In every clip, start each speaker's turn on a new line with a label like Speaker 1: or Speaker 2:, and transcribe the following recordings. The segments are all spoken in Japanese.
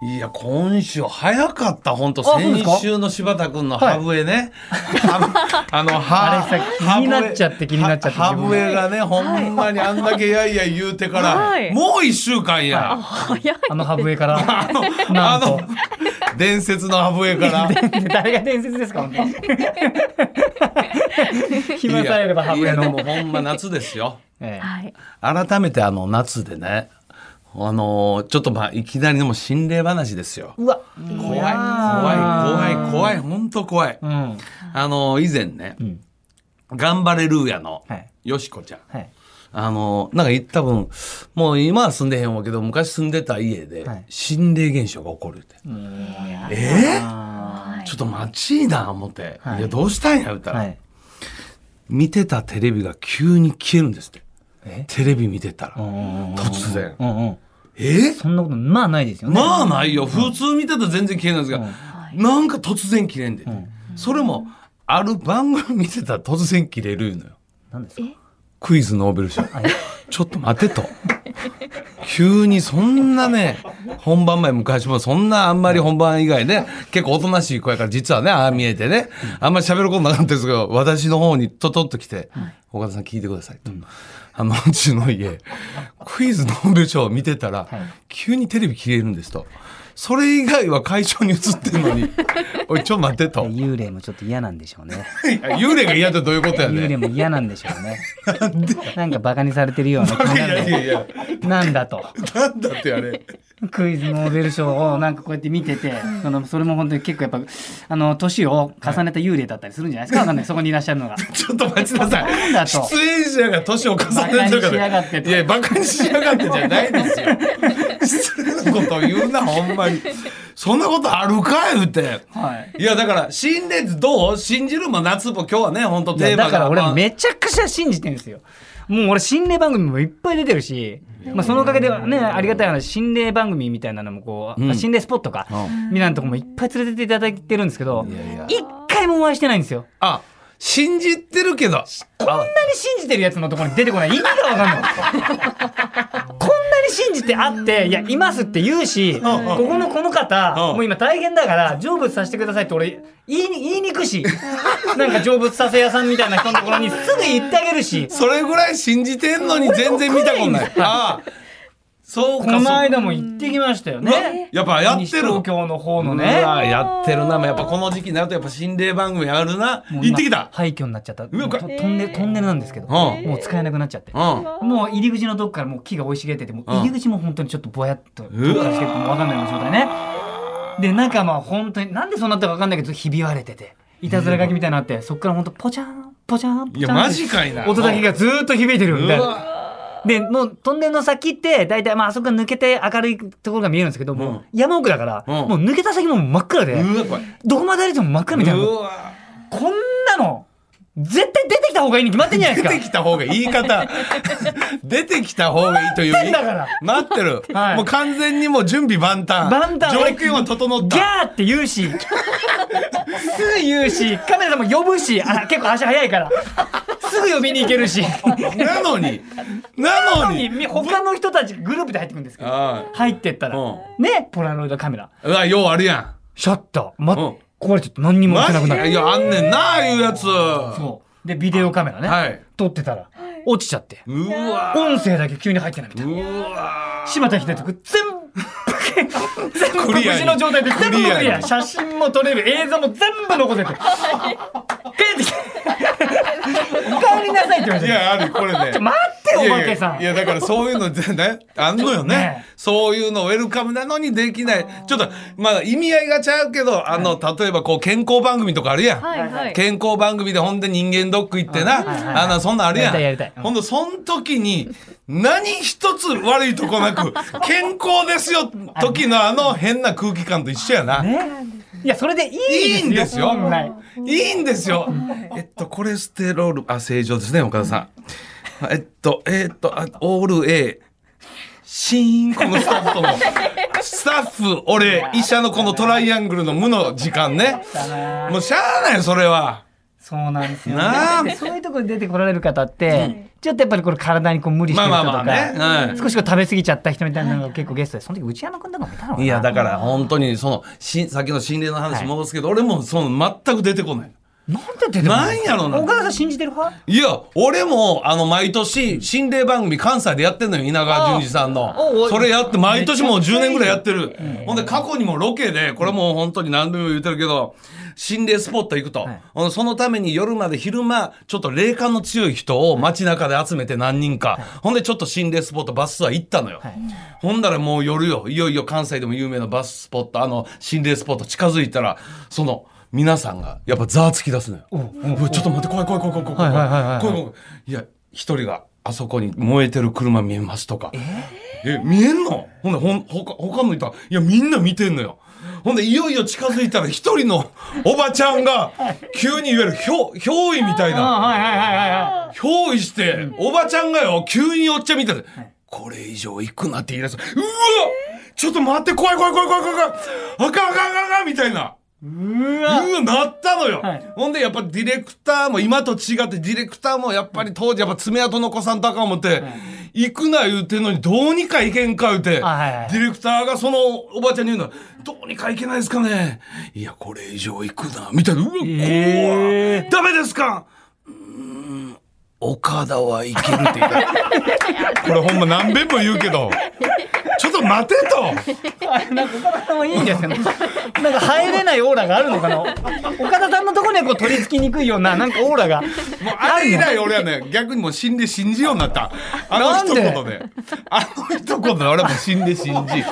Speaker 1: いや、今週早かった、本当
Speaker 2: あそうで
Speaker 1: 先
Speaker 2: すか
Speaker 1: 週の柴田君のハブエね。あのあの、は
Speaker 2: あれさ気になっちゃって気になっちゃって
Speaker 1: ハ
Speaker 2: 自分
Speaker 1: ブ
Speaker 2: で
Speaker 1: エがね、ほんまにあんだけやいやい言うてから、
Speaker 3: はい
Speaker 1: もう一週間や。
Speaker 3: 早 い。
Speaker 2: あのハブエからな
Speaker 1: あ
Speaker 2: んと
Speaker 1: の、伝説のハブエ から。
Speaker 2: 誰が伝説ですか本当に暇さえあればハブエ
Speaker 1: いやいや
Speaker 2: の
Speaker 1: もうほんま夏ですよ。
Speaker 2: ええ
Speaker 3: はい。
Speaker 1: 改めてあの夏でね、あのーちょっとまあいきなりのもう心霊話ですよ。
Speaker 2: うわ
Speaker 1: 怖い、怖い、怖い、怖い、本当怖い。
Speaker 2: うん
Speaker 1: あのー以前ね、
Speaker 2: うん
Speaker 1: 頑張れルーヤの
Speaker 2: はい
Speaker 1: よしこちゃん。
Speaker 2: はい
Speaker 1: あのーなんか多分、もう今は住んでへんわけど、昔住んでた家で
Speaker 2: はい
Speaker 1: 心霊現象が起こるって。
Speaker 2: うん
Speaker 1: えー
Speaker 2: あ
Speaker 1: ちょっと待ちいな思って、
Speaker 2: はい
Speaker 1: い、やどうしたんや言った
Speaker 2: ー
Speaker 1: ら、
Speaker 2: はい
Speaker 1: 見てたテレビが急に消えるんですって
Speaker 2: え
Speaker 1: テレビ見てたら、
Speaker 2: うん
Speaker 1: 突然
Speaker 2: うんうん
Speaker 1: え
Speaker 2: そんなことまあないですよね
Speaker 1: まあないよ普通見てたら全然消えないんですが、なんか突然切れんで、それもある番組見てたら突然切れるのよ
Speaker 2: 何ですか
Speaker 1: クイズノーベル賞ちょっと待てと急にそんなね本番前昔もそんなあんまり本番以外ね結構おとなしい子やから実はねああ見えてねあんまり喋ることなかったですけど私の方にトトッと来て「岡田さん聞いてください」と。あのうちの家クイズノーベル賞を見てたら、急にテレビ切れるんですと。それ以外は会場に映ってるのに、おい、ちょ、待てと。い
Speaker 2: 幽霊もちょっと嫌なんでしょうね
Speaker 1: や幽霊が嫌ってどういうことやね
Speaker 2: 幽
Speaker 1: ん。
Speaker 2: 霊も嫌なんでしょうねなんかバカにされてるような気に
Speaker 1: い
Speaker 2: な
Speaker 1: やいや
Speaker 2: る
Speaker 1: いや、
Speaker 2: なんだと
Speaker 1: なんだってあれ。
Speaker 2: クイズノーベル賞をなんかこうやって見てて、そのそれも本当に結構やっぱあの年を重ねた幽霊だったりするんじゃないですか。わかんない。そこにいらっしゃるの が。
Speaker 1: ちょっと待ちなさ
Speaker 2: んだ
Speaker 1: い。
Speaker 2: と
Speaker 1: 出演者が年を重ねてる
Speaker 2: バカに
Speaker 1: か
Speaker 2: しやが
Speaker 1: ら。
Speaker 2: ってと
Speaker 1: いや、バカにしやがってじゃないですよ。 失礼なことを言うな、ほんまに。そんなことあるか言うて。
Speaker 2: はい。
Speaker 1: いや、だから、心霊ってどう信じるも夏も今日はね、本当
Speaker 2: いや
Speaker 1: テーマが。
Speaker 2: だから
Speaker 1: ま
Speaker 2: 俺
Speaker 1: あ
Speaker 2: めちゃくちゃ信じてるんですよ。もう俺心霊番組もいっぱい出てるし、まあそのおかげでねありがたい話心霊番組みたいなのもこう、
Speaker 1: うん
Speaker 2: 心霊スポットか、みたいなとこもいっぱい連れてっていただいてるんですけど
Speaker 1: いやいや、
Speaker 2: 一回もお会いしてないんですよ。
Speaker 1: あ、信じてるけど。
Speaker 2: こんなに信じてるやつのところに出てこない意味がわかんないこんなに信じてあって「いやいます」って言うしこ
Speaker 1: んうん
Speaker 2: このこの方
Speaker 1: うん
Speaker 2: もう今大変だから成仏させてくださいって俺言いに言いに くしなんか成仏させ屋さんみたいな人のところにすぐ言ってあげるし
Speaker 1: それぐらい信じてんのに全然見たことない。ああ、そうか、
Speaker 2: こ
Speaker 1: そう
Speaker 2: の
Speaker 1: か。
Speaker 2: 間も行ってきましたよね。
Speaker 1: やっぱやって
Speaker 2: 西
Speaker 1: る。
Speaker 2: 東京の方の
Speaker 1: うわ
Speaker 2: ね
Speaker 1: やってるな。まあやっぱこの時期になるとやっぱ心霊番組あるな。行ってきた。
Speaker 2: 廃墟になっちゃったもう
Speaker 1: わ
Speaker 2: とトンネルトンネルなんですけど
Speaker 1: ん
Speaker 2: もう使えなくなっちゃって
Speaker 1: うん。
Speaker 2: もう入り口のどっからもう木が生い茂っててもう
Speaker 1: うん
Speaker 2: 入り口も本当にちょっとぼやっとどっからしてるかも分かんないような状態ねで中まあ本当になんでそうなったか分かんないけどひび割れてていたずら書きみたいなのあってそっから本当ポチャンポチャンポ
Speaker 1: い
Speaker 2: チャ
Speaker 1: や、
Speaker 2: ン
Speaker 1: マジかいな。
Speaker 2: 音だけがずーっと響いてるみたいうな
Speaker 1: わ
Speaker 2: でもうトンネルの先って大体まああそこが抜けて明るいところが見えるんですけどもう山奥だから
Speaker 1: うん
Speaker 2: もう抜けた先も真っ暗で
Speaker 1: うわ、これ。
Speaker 2: どこまで歩いても真っ暗みたいな
Speaker 1: うわ
Speaker 2: こんなの絶対出てきた方がいいに決まってんじゃない
Speaker 1: 出
Speaker 2: です
Speaker 1: て
Speaker 2: か
Speaker 1: きた方が言い 方出てきた方がいいという
Speaker 2: 待ってんだから
Speaker 1: 待ってる、
Speaker 2: はい
Speaker 1: もう完全にもう準備万端
Speaker 2: 万端
Speaker 1: 上陸員は整っ
Speaker 2: ギ
Speaker 1: た
Speaker 2: ャーって言うし、すぐ言うし、カメラさんも呼ぶし、あ結構足早いから、すぐ呼びに行けるし、
Speaker 1: なのになのに
Speaker 2: 他の人たちグループで入ってくるんですけど、
Speaker 1: ああ
Speaker 2: 入ってったら、
Speaker 1: うん
Speaker 2: ね、ポラロイドカメラ、
Speaker 1: うわようあるや
Speaker 2: シャッター、ま、
Speaker 1: うん
Speaker 2: 壊れちゃって何に
Speaker 1: ん
Speaker 2: も
Speaker 1: マ
Speaker 2: 出なく
Speaker 1: ジ
Speaker 2: な
Speaker 1: かい
Speaker 2: る。
Speaker 1: やあんねんなああいうやつ
Speaker 2: そう。で、ビデオカメラね、
Speaker 1: はい
Speaker 2: 撮ってたら、落ちちゃって、
Speaker 1: うわ
Speaker 2: 音声だけ急に入ってないみたいうな。
Speaker 1: わ
Speaker 2: 柴田秀人君、全部、全部
Speaker 1: クリアに
Speaker 2: 無事の状態で全部クリア
Speaker 1: クリアに
Speaker 2: 写真も撮れる映像も全部 残せて帰ってきてお帰りなさいって言われ
Speaker 1: い
Speaker 2: て
Speaker 1: やあるこれね
Speaker 2: ちょ待ってよお
Speaker 1: いやい
Speaker 2: 化
Speaker 1: や
Speaker 2: けさん
Speaker 1: いやだからそういうの全 然あんのよね
Speaker 2: ね
Speaker 1: そういうのウェルカムなのにできないちょっとまあ意味合いがちゃうけどあの、例えばこう健康番組とかあるやん、
Speaker 3: はいはい。
Speaker 1: 健康番組でほんで人間ドック行ってな、
Speaker 2: うんはいはい
Speaker 1: あのそんなんあるやん
Speaker 2: やりたいやりたいうん
Speaker 1: ほんでそん時に何一つ悪いとこなく健康ですよ時のあの変な空気感と一緒やな、
Speaker 2: ねいやそれでいい
Speaker 1: いいんですよ
Speaker 2: 本来
Speaker 1: いいんですよえっとコレステロールあ正常ですね岡田さんえっとえっとあオール A シーンこのスタッフともスタッフ俺医者のこのトライアングルの無の時間ねもうしゃあないそれは
Speaker 2: そうなんですよ、
Speaker 1: なあ
Speaker 2: ね。そういうところで出てこられる方って、ちょっとやっぱりこれ体にこう無理してる人とか、
Speaker 1: まあまあまあねうん
Speaker 2: 少しこう食べ過ぎちゃった人みたいなのが結構ゲストで、その時内山君とかもいたのかな。
Speaker 1: いや、だから本当に、その、し、さっきの心霊の話戻すけど、俺もその、全く出てこない。
Speaker 2: なんで出てこ
Speaker 1: なんやろな
Speaker 2: 岡田さん信じてる派
Speaker 1: いや、俺も、あの、毎年、心霊番組関西でやってんのよ、稲川淳二さん
Speaker 2: おうお
Speaker 1: の。
Speaker 2: う
Speaker 1: それやって、毎年もう
Speaker 2: めちゃ
Speaker 1: 10
Speaker 2: くちゃい
Speaker 1: 年
Speaker 2: い
Speaker 1: ぐらいやってる。ほんで、過去にもロケで、これもう本当に何度も言ってるけど、心霊スポット行くと
Speaker 2: はい。
Speaker 1: ほんでそのために夜まで昼間、ちょっと霊感の強い人を街中で集めて何人か。ほんで、ちょっと心霊スポットバスツアー行ったのよ
Speaker 2: はい。
Speaker 1: ほんだらもう夜よ、いよいよ関西でも有名なバススポット、あの、心霊スポット近づいたら、その、皆さんが、やっぱざわつき出すのよ。うわちょっと待って、怖い怖い怖い怖い怖い怖い。
Speaker 2: はいはいはいはい
Speaker 1: 怖い怖いいや、一人が、あそこに燃えてる車見えますとか。え見えんのほんで、ほん、ほか、他の人は、いや、みんな見てんのよ。ほんで、いよいよ近づいたら、一人のおばちゃんが、急にいわゆる、ひょ、憑依みたい
Speaker 2: あ
Speaker 1: な。
Speaker 2: はいはいはいはいは
Speaker 1: 憑依して、おばちゃんがよ、急におっちゃんみたいで、これ以上行くなって言い出す。うわちょっと待って、怖い怖い怖い怖い怖い怖い。あかんあかんあかんあかんみたいな。
Speaker 2: い。うわ。
Speaker 1: うわなったのよ、
Speaker 2: はい
Speaker 1: ほんでやっぱディレクターも今と違ってディレクターもやっぱり当時やっぱ爪痕残さんとあかん思って、行くな言うてんのにどうにか行けんか言うて、
Speaker 2: あはいはい
Speaker 1: ディレクターがそのおばちゃんに言うのはどうにか行けないですかねいやこれ以上行くなみたいなうわ怖っ、
Speaker 2: えー
Speaker 1: ダメですかうーん岡田はいけるって言った これほんま何遍も言うけどちょっと待てと
Speaker 2: あなんか岡田さんはいいんですよ ね。なんか入れないオーラがあるのかな。岡田さんのところにはこう取り付きにくいような、なんかオーラが。
Speaker 1: もうあれ以来俺はね逆にもう死んで信じようになったあの一言であの一言で俺はもう死んで信じ
Speaker 2: い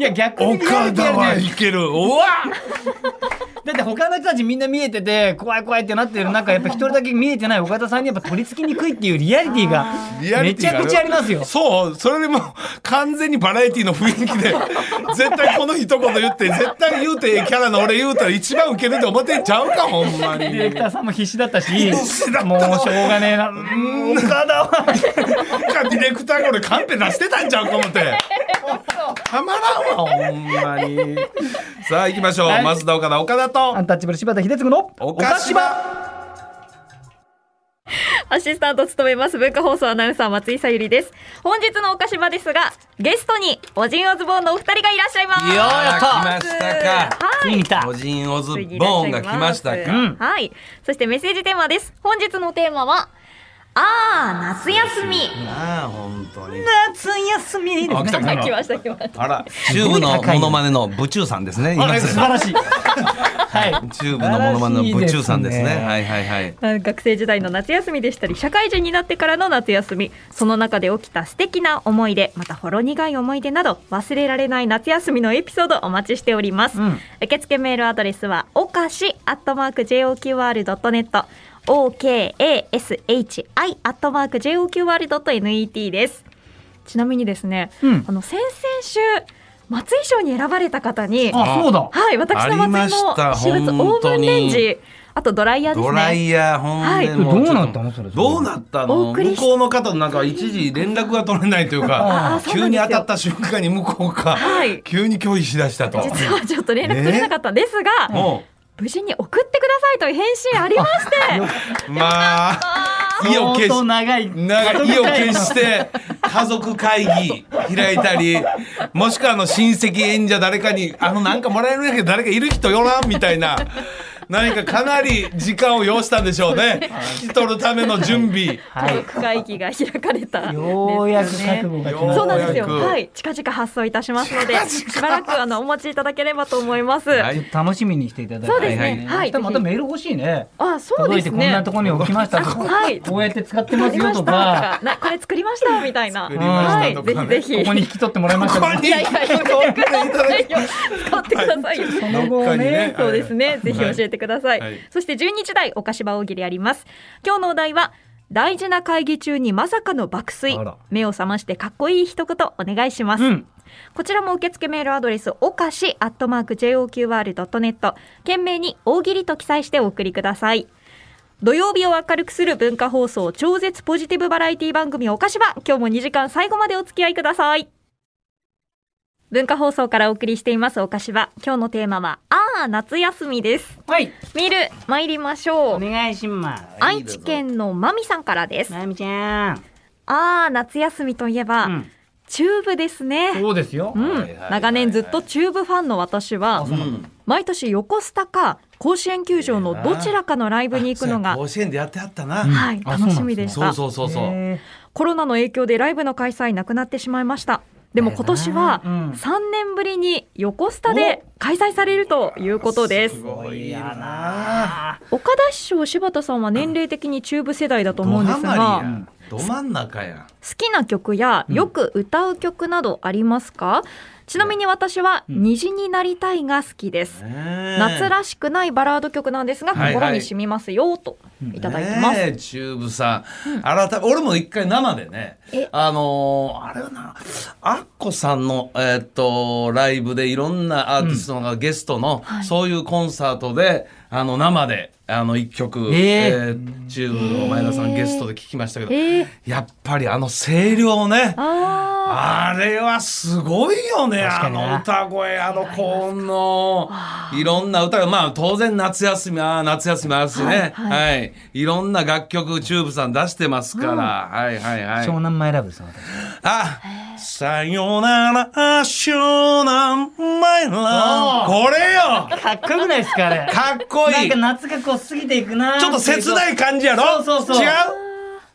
Speaker 2: や、逆に言われ
Speaker 1: 岡
Speaker 2: てや
Speaker 1: 田
Speaker 2: る
Speaker 1: はいけるうわ
Speaker 2: だって他の人たちみんな見えてて怖い怖いってなって る中やっぱ一人だけ見えてない岡田さんにやっぱ取り付きにくいっていうリアリティが
Speaker 1: リア
Speaker 2: め
Speaker 1: リテ
Speaker 2: ち
Speaker 1: ィが
Speaker 2: ゃくちゃありますよ。
Speaker 1: そうそれでもう完全にバラエティの雰囲気 で絶対この一言言って絶対言うてええキャラの俺言うたら一番ウケるって思ってんちゃうかほんま
Speaker 2: ディ
Speaker 1: に
Speaker 2: レクターさんも必死だったし
Speaker 1: 必死だった
Speaker 2: もうしょうがねえなうーん岡田は
Speaker 1: かディレクターが俺カンペ出してたんちゃうか思ってたまらんわほんまにさあ行きましょう
Speaker 2: はい
Speaker 1: 増田岡田岡田と
Speaker 2: アンタッチャブル柴田秀嗣の
Speaker 1: 岡島
Speaker 3: アシスタントを務めます文化放送アナウンサー松井さゆりです本日の岡島ですがゲストにオジンオズボーンのお二人がいらっしゃいます
Speaker 1: いやーやった
Speaker 3: はい
Speaker 1: 来ましたか
Speaker 2: ついに来た
Speaker 1: 個人オズボ
Speaker 3: ついにいらっしゃ
Speaker 1: ー
Speaker 3: い
Speaker 1: ンが来ましたか。
Speaker 2: うん
Speaker 3: はいそしてメッセージテーマです本日のテーマはあー夏休み
Speaker 1: ああ、本当に。
Speaker 2: 夏休みですね
Speaker 1: あ来た来た
Speaker 3: 来ました来ました
Speaker 1: あら、チューブのモノマネのブチューさんですね。い
Speaker 2: あ
Speaker 1: ま
Speaker 2: れ
Speaker 1: す
Speaker 2: 素晴らしいはい
Speaker 1: チューブのモノマネのブチューさんですね。
Speaker 2: 素晴らしいですね
Speaker 1: はいはいはい。
Speaker 3: あ学生時代の夏休みでしたり社会人になってからの夏休みその中で起きた素敵な思い出またほろ苦い思い出など忘れられない夏休みのエピソードお待ちしております、
Speaker 2: うん
Speaker 3: 受付メールアドレスはおかし @joqr.net okashi @joqr.net ですちなみにですね、
Speaker 2: うん
Speaker 3: あの先々週松井賞に選ばれた方に
Speaker 2: あそうだ
Speaker 3: はい私の
Speaker 1: ありました
Speaker 3: 松井の私物オ
Speaker 1: 本
Speaker 3: ー
Speaker 1: 当
Speaker 3: ブン
Speaker 1: に
Speaker 3: レンジあとドライヤーですね
Speaker 1: ドライヤー、ほん
Speaker 3: はい
Speaker 1: でもうちょと
Speaker 2: どうなったのそれ
Speaker 1: どうなった
Speaker 3: お
Speaker 1: の
Speaker 3: 送り
Speaker 1: 向
Speaker 3: し
Speaker 1: こうの方となんか一時連絡が取れないという
Speaker 3: あ
Speaker 1: か
Speaker 3: あ、そうな
Speaker 1: 急
Speaker 3: んで
Speaker 1: に
Speaker 3: す
Speaker 1: 当
Speaker 3: よ
Speaker 1: たった瞬間に向こうが
Speaker 3: はい、
Speaker 1: 急に拒否しだしたと。
Speaker 3: 実はちょっと連絡取れなかったんですが、
Speaker 1: も
Speaker 3: 無事に送ってくださいという返信ありまして、
Speaker 1: う、ま あ、意を決
Speaker 2: 相
Speaker 1: し
Speaker 2: 当長い
Speaker 1: なんか意を決して家族会議開いたりもしくはあの親戚演者誰かにあのなんかもらえるんやけど誰かいる人よらんみたいな何かかなり時間を要したんでしょうね聞き取るための準備
Speaker 2: はい
Speaker 3: 家族会議が開かれたんですね
Speaker 2: ようやく覚悟が決まった
Speaker 3: そうなんですよ。
Speaker 1: ようやく
Speaker 3: はい、近々発送いたしますので、しばらくあのお待ちいただければと思います。
Speaker 1: はい
Speaker 2: 楽しみにしていただいて
Speaker 3: そうです
Speaker 1: ね
Speaker 3: はい
Speaker 2: 明日またメール欲しいね
Speaker 3: あ、そう
Speaker 2: 届
Speaker 3: で
Speaker 2: い
Speaker 3: す
Speaker 2: てこんな
Speaker 3: ね
Speaker 2: と。ころに置きましたとか、
Speaker 3: はい
Speaker 2: こうやって使ってます
Speaker 3: り
Speaker 2: よ
Speaker 3: ま
Speaker 2: と
Speaker 3: したと
Speaker 2: か
Speaker 3: か、なこれ作りましたみたいな。
Speaker 1: 作り
Speaker 2: ました
Speaker 1: とか
Speaker 3: は
Speaker 1: ね
Speaker 3: い、ぜひぜ
Speaker 2: こ
Speaker 3: ひ。
Speaker 2: こに引き取ってもらいました
Speaker 1: ここ
Speaker 2: ね
Speaker 1: に
Speaker 3: いやいや、やめてくださいよ。使ってくださいよ。
Speaker 2: その後をね
Speaker 3: そうですね。ぜひ教えてください。
Speaker 1: はい
Speaker 3: そして12時台、岡島大喜利あります。今日のお題は、大事な会議中にまさかの爆睡
Speaker 2: あら。
Speaker 3: 目を覚ましてかっこいい一言お願いします。
Speaker 2: うん
Speaker 3: こちらも受付メールアドレス、おかし、アットマーク、joqr.net。懸命に大喜利と記載してお送りください。土曜日を明るくする文化放送超絶ポジティブバラエティ番組おかしば今日も2時間最後までお付き合いください文化放送からお送りしていますおかしは今日のテーマはあー夏休みです
Speaker 2: はい
Speaker 3: 見る参りましょ
Speaker 2: お
Speaker 3: う、
Speaker 2: 願いします
Speaker 3: 愛知県のまみさんからです
Speaker 2: まゆみちゃん
Speaker 3: あー夏休みといえば、
Speaker 2: うん
Speaker 3: チューブですね
Speaker 2: そうですよ
Speaker 3: うん、
Speaker 1: はいはいはい
Speaker 3: 長年ずっとチューブファンの私は
Speaker 2: あそうなんだ
Speaker 3: 毎年横須賀か甲子園球場のどちらかのライブに行くのが、
Speaker 1: 甲子園でやってあったな。
Speaker 3: はい、
Speaker 2: あそうなん
Speaker 3: 楽しみでし
Speaker 1: そ
Speaker 3: た
Speaker 1: うそうそうそう。
Speaker 2: へ
Speaker 3: コロナの影響でライブの開催なくなってしまいましたでも今年は
Speaker 2: だよなうん
Speaker 3: 3年ぶりに横須賀で開催されるということです
Speaker 1: ご
Speaker 2: ーい
Speaker 1: い
Speaker 2: や
Speaker 1: な。
Speaker 2: な
Speaker 3: 岡田師匠柴田さんは年齢的に中部世代だと
Speaker 1: ど
Speaker 3: 思うんで
Speaker 1: ハ
Speaker 3: す
Speaker 1: マり
Speaker 3: が
Speaker 1: やん。ど真ん中やん。
Speaker 3: 好きな曲やよく歌う曲などありますか、ちなみに私は「
Speaker 2: うん
Speaker 3: 虹になりたい」が好きです、夏
Speaker 1: 夏
Speaker 3: らしくないバラード曲なんですが
Speaker 1: はいはい
Speaker 3: 心に染みますよといただいてます、
Speaker 1: ねえチューブさん、改め俺も一回生でね
Speaker 3: え
Speaker 1: あのーあれはなアッコさんの、えーっとライブでいろんなアーティストがゲストの、
Speaker 3: はい
Speaker 1: そういうコンサートであの生であの一曲、
Speaker 2: え
Speaker 1: ーチューブの前田さんゲストで聞きましたけど、
Speaker 3: えー、
Speaker 1: やっぱりあの声量ね
Speaker 3: あー
Speaker 1: あれはすごいよね
Speaker 2: 確か
Speaker 1: あ
Speaker 2: にな
Speaker 1: の歌声あの高音のいろんな歌がまあ当然夏休みは夏休みあるしね
Speaker 3: は
Speaker 1: はいい、い、ろんな楽曲チューブさん出してますから、はいはいは
Speaker 2: 湘
Speaker 1: い
Speaker 2: 南マイラブですよ私
Speaker 1: あさよなら湘南マイラ
Speaker 2: あ
Speaker 1: ブこれよ
Speaker 2: かっこよくないですかあれ
Speaker 1: かっこいい
Speaker 2: なんか夏がこう過ぎていくなー
Speaker 1: ちょっと切ない感じやろ
Speaker 2: そうそうそう
Speaker 1: 違う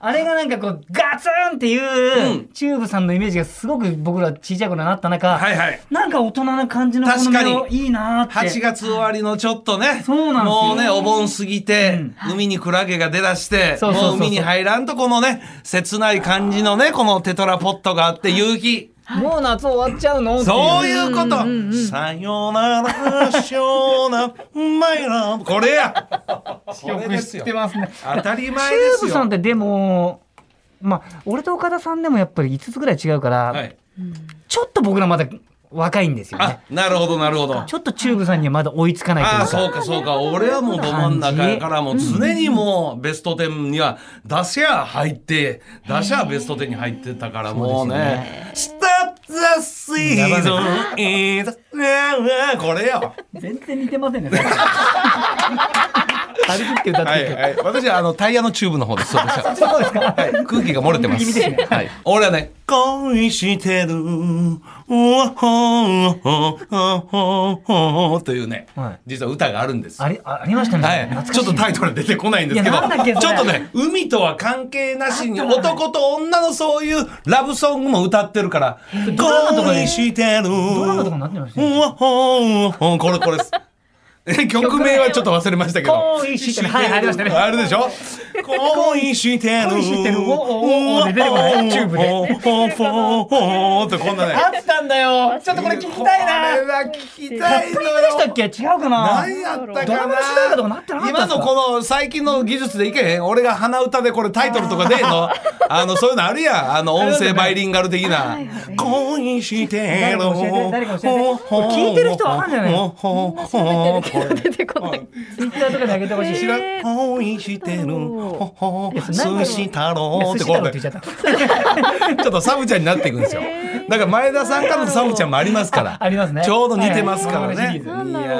Speaker 2: あれがなんかこうガツンっていう、チューブさんのイメージがすごく僕ら小さい頃になった中、
Speaker 1: はいはい
Speaker 2: なんか大人な感じのこ
Speaker 1: 確
Speaker 2: の
Speaker 1: かに
Speaker 2: メロいいなーって。
Speaker 1: 8月終わりのちょっとね、
Speaker 2: そうなんですよ
Speaker 1: もうね、お盆過ぎて、
Speaker 2: う
Speaker 1: 海にクラゲが出だして、
Speaker 2: そうそうそうそう
Speaker 1: もう海に入らんとこのね、切ない感じのね、このテトラポットがあって、夕日。
Speaker 2: もう夏終わっちゃうのっていう
Speaker 1: そういうこ
Speaker 3: うんうんうん
Speaker 1: と。さよなら、しょうな、マイラブ。これや。これ
Speaker 2: 曲
Speaker 1: です
Speaker 2: 知っ
Speaker 1: よ
Speaker 2: て。ますね。
Speaker 1: 当たり前
Speaker 2: チ
Speaker 1: で
Speaker 2: ュー
Speaker 1: す
Speaker 2: ブさん
Speaker 1: よ。
Speaker 2: ってでも、まあ、俺と岡田さんでもやっぱり5つぐらい違うから、
Speaker 1: はい。
Speaker 2: ちょっと僕らまだ若いんですよね
Speaker 1: あ。、なるほど、なるほど。
Speaker 2: ちょっとチューブさんにはまだ追いつかないとい
Speaker 1: ああ
Speaker 2: うか。
Speaker 1: そうかそうか俺はもうど真ん中やからもう常にもうベスト10には出しゃ入って出しゃベスト10に入ってたからもうね「Stop the season is now」これよ
Speaker 2: 全然似てませんね。張り切って歌って
Speaker 1: は
Speaker 2: るけ
Speaker 1: い
Speaker 2: ど。
Speaker 1: はい私はあのタイヤのチューブの方ですそうです
Speaker 2: そうです か。
Speaker 1: はい、空気が漏れてま
Speaker 2: 空気です
Speaker 1: す
Speaker 2: ね。
Speaker 1: はい、俺はね、恋してる、というね、
Speaker 2: はい
Speaker 1: 実は歌があるんですよ
Speaker 2: あれあありましたね。
Speaker 1: はい、ちょっとタイトル出てこないんですけ
Speaker 2: い
Speaker 1: ど、
Speaker 2: やなんだっけ
Speaker 1: ち
Speaker 2: そ
Speaker 1: ょっ
Speaker 2: れ
Speaker 1: とね、海とは関係なしに男と女のそういうラブソングも歌ってるから、
Speaker 2: ドラマとかで
Speaker 1: 恋してる。
Speaker 2: ドラマとかになってましたよね
Speaker 1: うわほんうわほんこれこれです。え曲名はちょっと忘れましたけど。
Speaker 2: 恋してるはいありましたね
Speaker 1: あるでしょ恋してる。
Speaker 2: 恋してるおおおで出てこないチューブで
Speaker 1: おおおおってこんなね。
Speaker 2: あったんだよ。ちょっとこれ聞きたい
Speaker 1: これ
Speaker 2: な。
Speaker 1: は聞きたいの
Speaker 2: どう
Speaker 1: よ
Speaker 2: し。たっけ違うかな。
Speaker 1: 何やったかな
Speaker 2: ドラマの主題歌とかなってなかったんです
Speaker 1: 今
Speaker 2: か
Speaker 1: のこの最近の技術でいけへん俺が鼻歌でこれタイトルとか出えのあのそういうのあるやんあの音声バイリンガル的な「恋してる」
Speaker 2: 誰か教えて誰か教えてこれ聞いてる人わかんじゃないの
Speaker 3: 出てこない
Speaker 2: ツイッターとかで上げてほしい。
Speaker 1: 知らん恋してるほほ
Speaker 2: いやそれ何だろう
Speaker 1: 寿司太郎って
Speaker 2: 寿司だ
Speaker 1: これ
Speaker 2: ろって言っちゃった。
Speaker 1: ちょっとサブちゃんになっていくんですよ。だから前田さんからのサブちゃんもありますから。
Speaker 2: あありますね
Speaker 1: ちょうど似てますから
Speaker 2: はいはい
Speaker 1: ね。い
Speaker 3: なんだろう
Speaker 1: や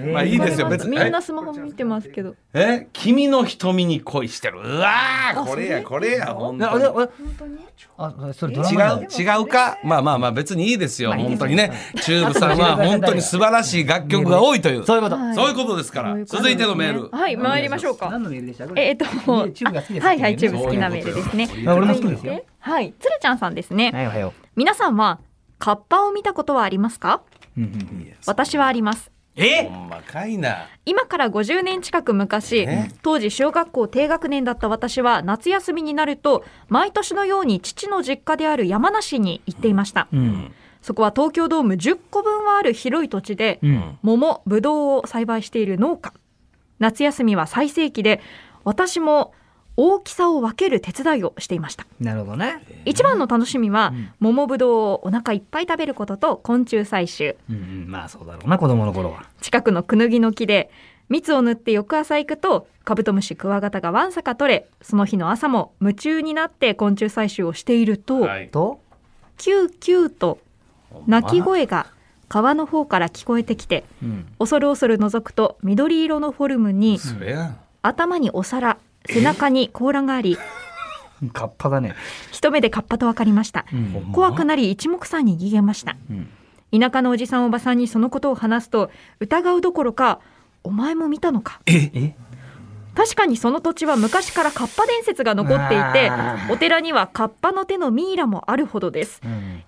Speaker 1: ー、まあ
Speaker 2: 全員
Speaker 1: いいですよ。
Speaker 2: わ
Speaker 1: 別に
Speaker 3: みんなスマホ見てますけど
Speaker 1: え、君の瞳に恋してる。うわー、これや、これや、本
Speaker 2: あ
Speaker 1: 当
Speaker 2: れ
Speaker 1: に。
Speaker 2: あれあそれドラ
Speaker 1: 違
Speaker 2: マだ
Speaker 1: う違うかまあまあまあ別にいいですよ、本当にねチューブさんは本当に素晴らしい楽曲が多いという
Speaker 2: そういうこと。
Speaker 3: はい
Speaker 1: そういうことですから、
Speaker 3: そういうこと
Speaker 1: 続いてのメール、
Speaker 3: はい参りましょうか
Speaker 2: 何のメールでしたこれ
Speaker 3: えっと
Speaker 2: いいチューブが好きですね
Speaker 3: はいはいチューブ好きなメールですね
Speaker 2: あ俺も好きですよ。
Speaker 3: はいつるちゃんさんですね、
Speaker 2: はいおはよ
Speaker 3: 皆さんはカッパを見たことはありますか
Speaker 2: う。うんうん
Speaker 3: 私はあります
Speaker 1: ほ
Speaker 2: え？
Speaker 1: んまかいな
Speaker 3: 今から50年近く昔
Speaker 1: ね
Speaker 3: 当時小学校低学年だった私は夏休みになると毎年のように父の実家である山梨に行っていました、
Speaker 2: うん
Speaker 3: そこは東京ドーム10個分はある広い土地で、
Speaker 2: うん。
Speaker 3: 桃ぶどうを栽培している農家夏休みは最盛期で私も大きさを分ける手伝いをしていました
Speaker 2: なるほどね。
Speaker 3: 一番の楽しみは、
Speaker 2: うん
Speaker 3: 桃ぶどうをお腹いっぱい食べることと昆虫採集
Speaker 2: うんうんまあそうだろうな子供の頃は。
Speaker 3: 近くのクヌギの木で蜜を塗って翌朝行くとカブトムシクワガタがわんさか取れその日の朝も夢中になって昆虫採集をしていると、
Speaker 1: はい
Speaker 2: と
Speaker 3: キューキューと鳴き声が川の方から聞こえてきて恐る恐る覗くと緑色のフォルムに
Speaker 1: それや
Speaker 3: 頭にお皿背中に甲羅があり
Speaker 2: カッパだね。
Speaker 3: 一目でカッパと分かりました
Speaker 2: うん
Speaker 1: ほんま
Speaker 3: 怖くなり一目散に逃げました
Speaker 2: うん
Speaker 3: 田舎のおじさんおばさんにそのことを話すと疑うどころか「お前も見たのか」
Speaker 2: え
Speaker 3: 確かにその土地は昔からカッパ伝説が残っていて
Speaker 2: あー
Speaker 3: お寺にはカッパの手のミイラもあるほどです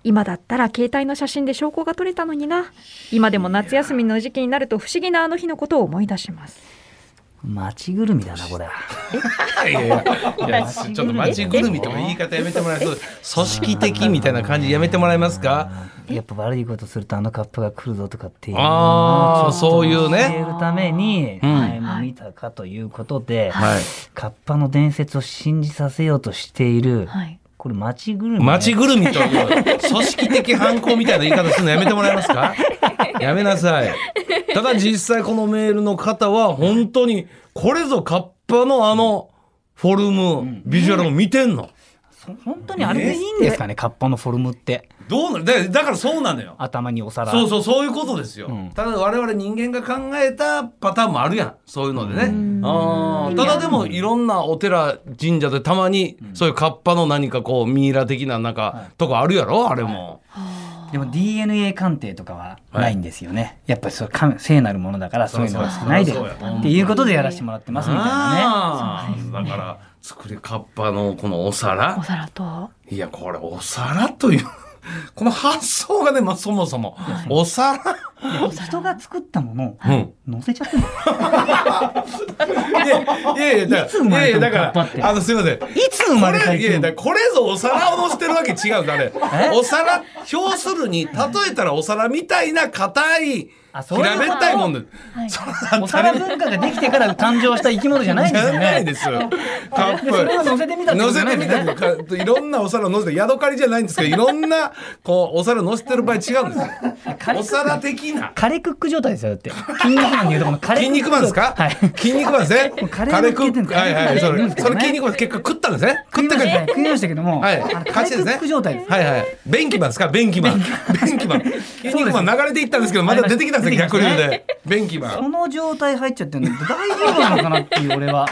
Speaker 3: 今だったら携帯の写真で証拠が撮れたのにな今でも夏休みの時期になると不思議なあの日のことを思い出します
Speaker 2: 町ぐるみだな、これ。
Speaker 1: いやいやいやちょっと町ぐるみとか言い方やめてもらえそう組織的みたいな感じやめてもらえますか
Speaker 2: やっぱ悪いことするとあのカッパが来るぞとかっていう
Speaker 1: あーそういうね
Speaker 2: 教えるために、
Speaker 1: うん
Speaker 2: 前も見たかということで、
Speaker 1: はい
Speaker 2: カッパの伝説を信じさせようとしている、
Speaker 3: はい
Speaker 2: これ町ぐる みね、
Speaker 1: 町ぐるみという組織的犯行みたいな言い方するのやめてもらえます かやめなさいただ実際このメールの方は本当にこれぞカッパのあのフォルム、ビジュアルも見てんの
Speaker 2: そ本当にあれでいいんですかね、カッパのフォルムって
Speaker 1: どうなだだからそうなのよ
Speaker 2: 頭にお皿
Speaker 1: そうそうそういうことですよ、
Speaker 2: うん
Speaker 1: ただ我々人間が考えたパターンもあるやんそういうのでね、あーただでもいろんなお寺神社でたまにそういうカッパの何かこうミイラ的ななんか、とこあるやろあれも、
Speaker 2: でも DNA 鑑定とかはないんですよね、やっぱりそうか聖なるものだからそういうのは少ないで
Speaker 1: そうそうそう
Speaker 2: っていうことでやらせてもらってますみたいなね
Speaker 1: あーだから作りカッパのこのお皿
Speaker 3: お皿と
Speaker 1: いやこれお皿という この発想がね、まあ、そもそもお皿、
Speaker 2: 人が作ったもの
Speaker 1: うん
Speaker 2: を載せちゃってる
Speaker 1: いやいやいやだ
Speaker 2: いつ生
Speaker 1: い
Speaker 2: ま
Speaker 1: やいや
Speaker 2: れても
Speaker 1: だか
Speaker 2: カッパって
Speaker 1: らあのすいません
Speaker 2: いつ生まれ
Speaker 1: こ
Speaker 2: た
Speaker 1: れいやいや
Speaker 2: 人
Speaker 1: だからこれぞお皿を乗せてるわけ違うんだあれ
Speaker 2: え
Speaker 1: お皿要するに例えたらお皿みたいな硬い
Speaker 2: あそういうこと
Speaker 1: 平べったいもんで
Speaker 3: い
Speaker 1: それは
Speaker 2: お皿文化ができてから誕生した生き物じゃないんですよ
Speaker 1: じゃないで
Speaker 2: ね。
Speaker 1: すよ カップ
Speaker 2: それは乗せてみたってこ
Speaker 1: 乗
Speaker 2: とじ
Speaker 1: せ
Speaker 2: ゃな
Speaker 1: て
Speaker 2: いんで
Speaker 1: み
Speaker 2: すね
Speaker 1: たりとかいろんなお皿を乗せてヤドカリじゃないんですけどいろんなこうお皿乗せてる場合違うんですよお皿的な
Speaker 2: カレークック状態ですよだって。筋肉マンでいうとこのカレー
Speaker 1: 筋
Speaker 2: クッ
Speaker 1: 肉マ
Speaker 2: ク
Speaker 1: ンですか、
Speaker 2: はい。
Speaker 1: 筋肉マンですね
Speaker 2: うカレー
Speaker 1: カレ
Speaker 2: 乗っけて
Speaker 1: ー
Speaker 2: ん
Speaker 1: ク
Speaker 2: の
Speaker 1: はいはいそ
Speaker 2: カレー
Speaker 1: れ
Speaker 2: 食ってんの
Speaker 1: それ筋肉マン結果食ったんですね食
Speaker 2: 食
Speaker 1: って
Speaker 2: い
Speaker 1: くる
Speaker 2: ましたね食いましたけども、
Speaker 1: はい
Speaker 2: あのカ
Speaker 1: 勝
Speaker 2: レ
Speaker 1: ちで
Speaker 2: ーク
Speaker 1: すね
Speaker 2: ック状態です。
Speaker 1: はいはい。便器マンですか便器マン。便器マン。筋肉マン流れていったんですけど、まだ出てきたんですよ、
Speaker 2: 出てき
Speaker 1: 逆
Speaker 2: ま
Speaker 1: 流
Speaker 2: したね
Speaker 1: で。便器マ
Speaker 2: そ
Speaker 1: ン。
Speaker 2: の状態入っちゃってるの大丈夫なのかなっていう俺は。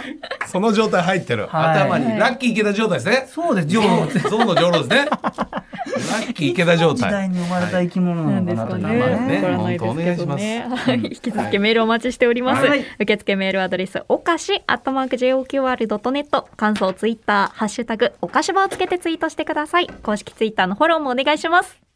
Speaker 1: その状態入ってる。
Speaker 2: はい
Speaker 1: 頭に。ラッキー池田状態ですね。
Speaker 2: そうです
Speaker 1: 上路、象の上路ですね。ラッキー池田状
Speaker 2: 時代
Speaker 1: 態。
Speaker 2: に生まれた生き物な
Speaker 3: なん
Speaker 2: のか
Speaker 3: です
Speaker 2: な
Speaker 3: か
Speaker 2: という
Speaker 3: ね。
Speaker 2: のは
Speaker 1: まあね
Speaker 3: わからないですけどね。はい、引き続きメールお待ちしております。
Speaker 2: はい
Speaker 3: 受付メールアドレス、おかし、アットマーク JOQR.net、感想、ツイッター、ハッシュタグ、おかしばをつけてツイートしてください。公式ツイッターのフォローもお願いします。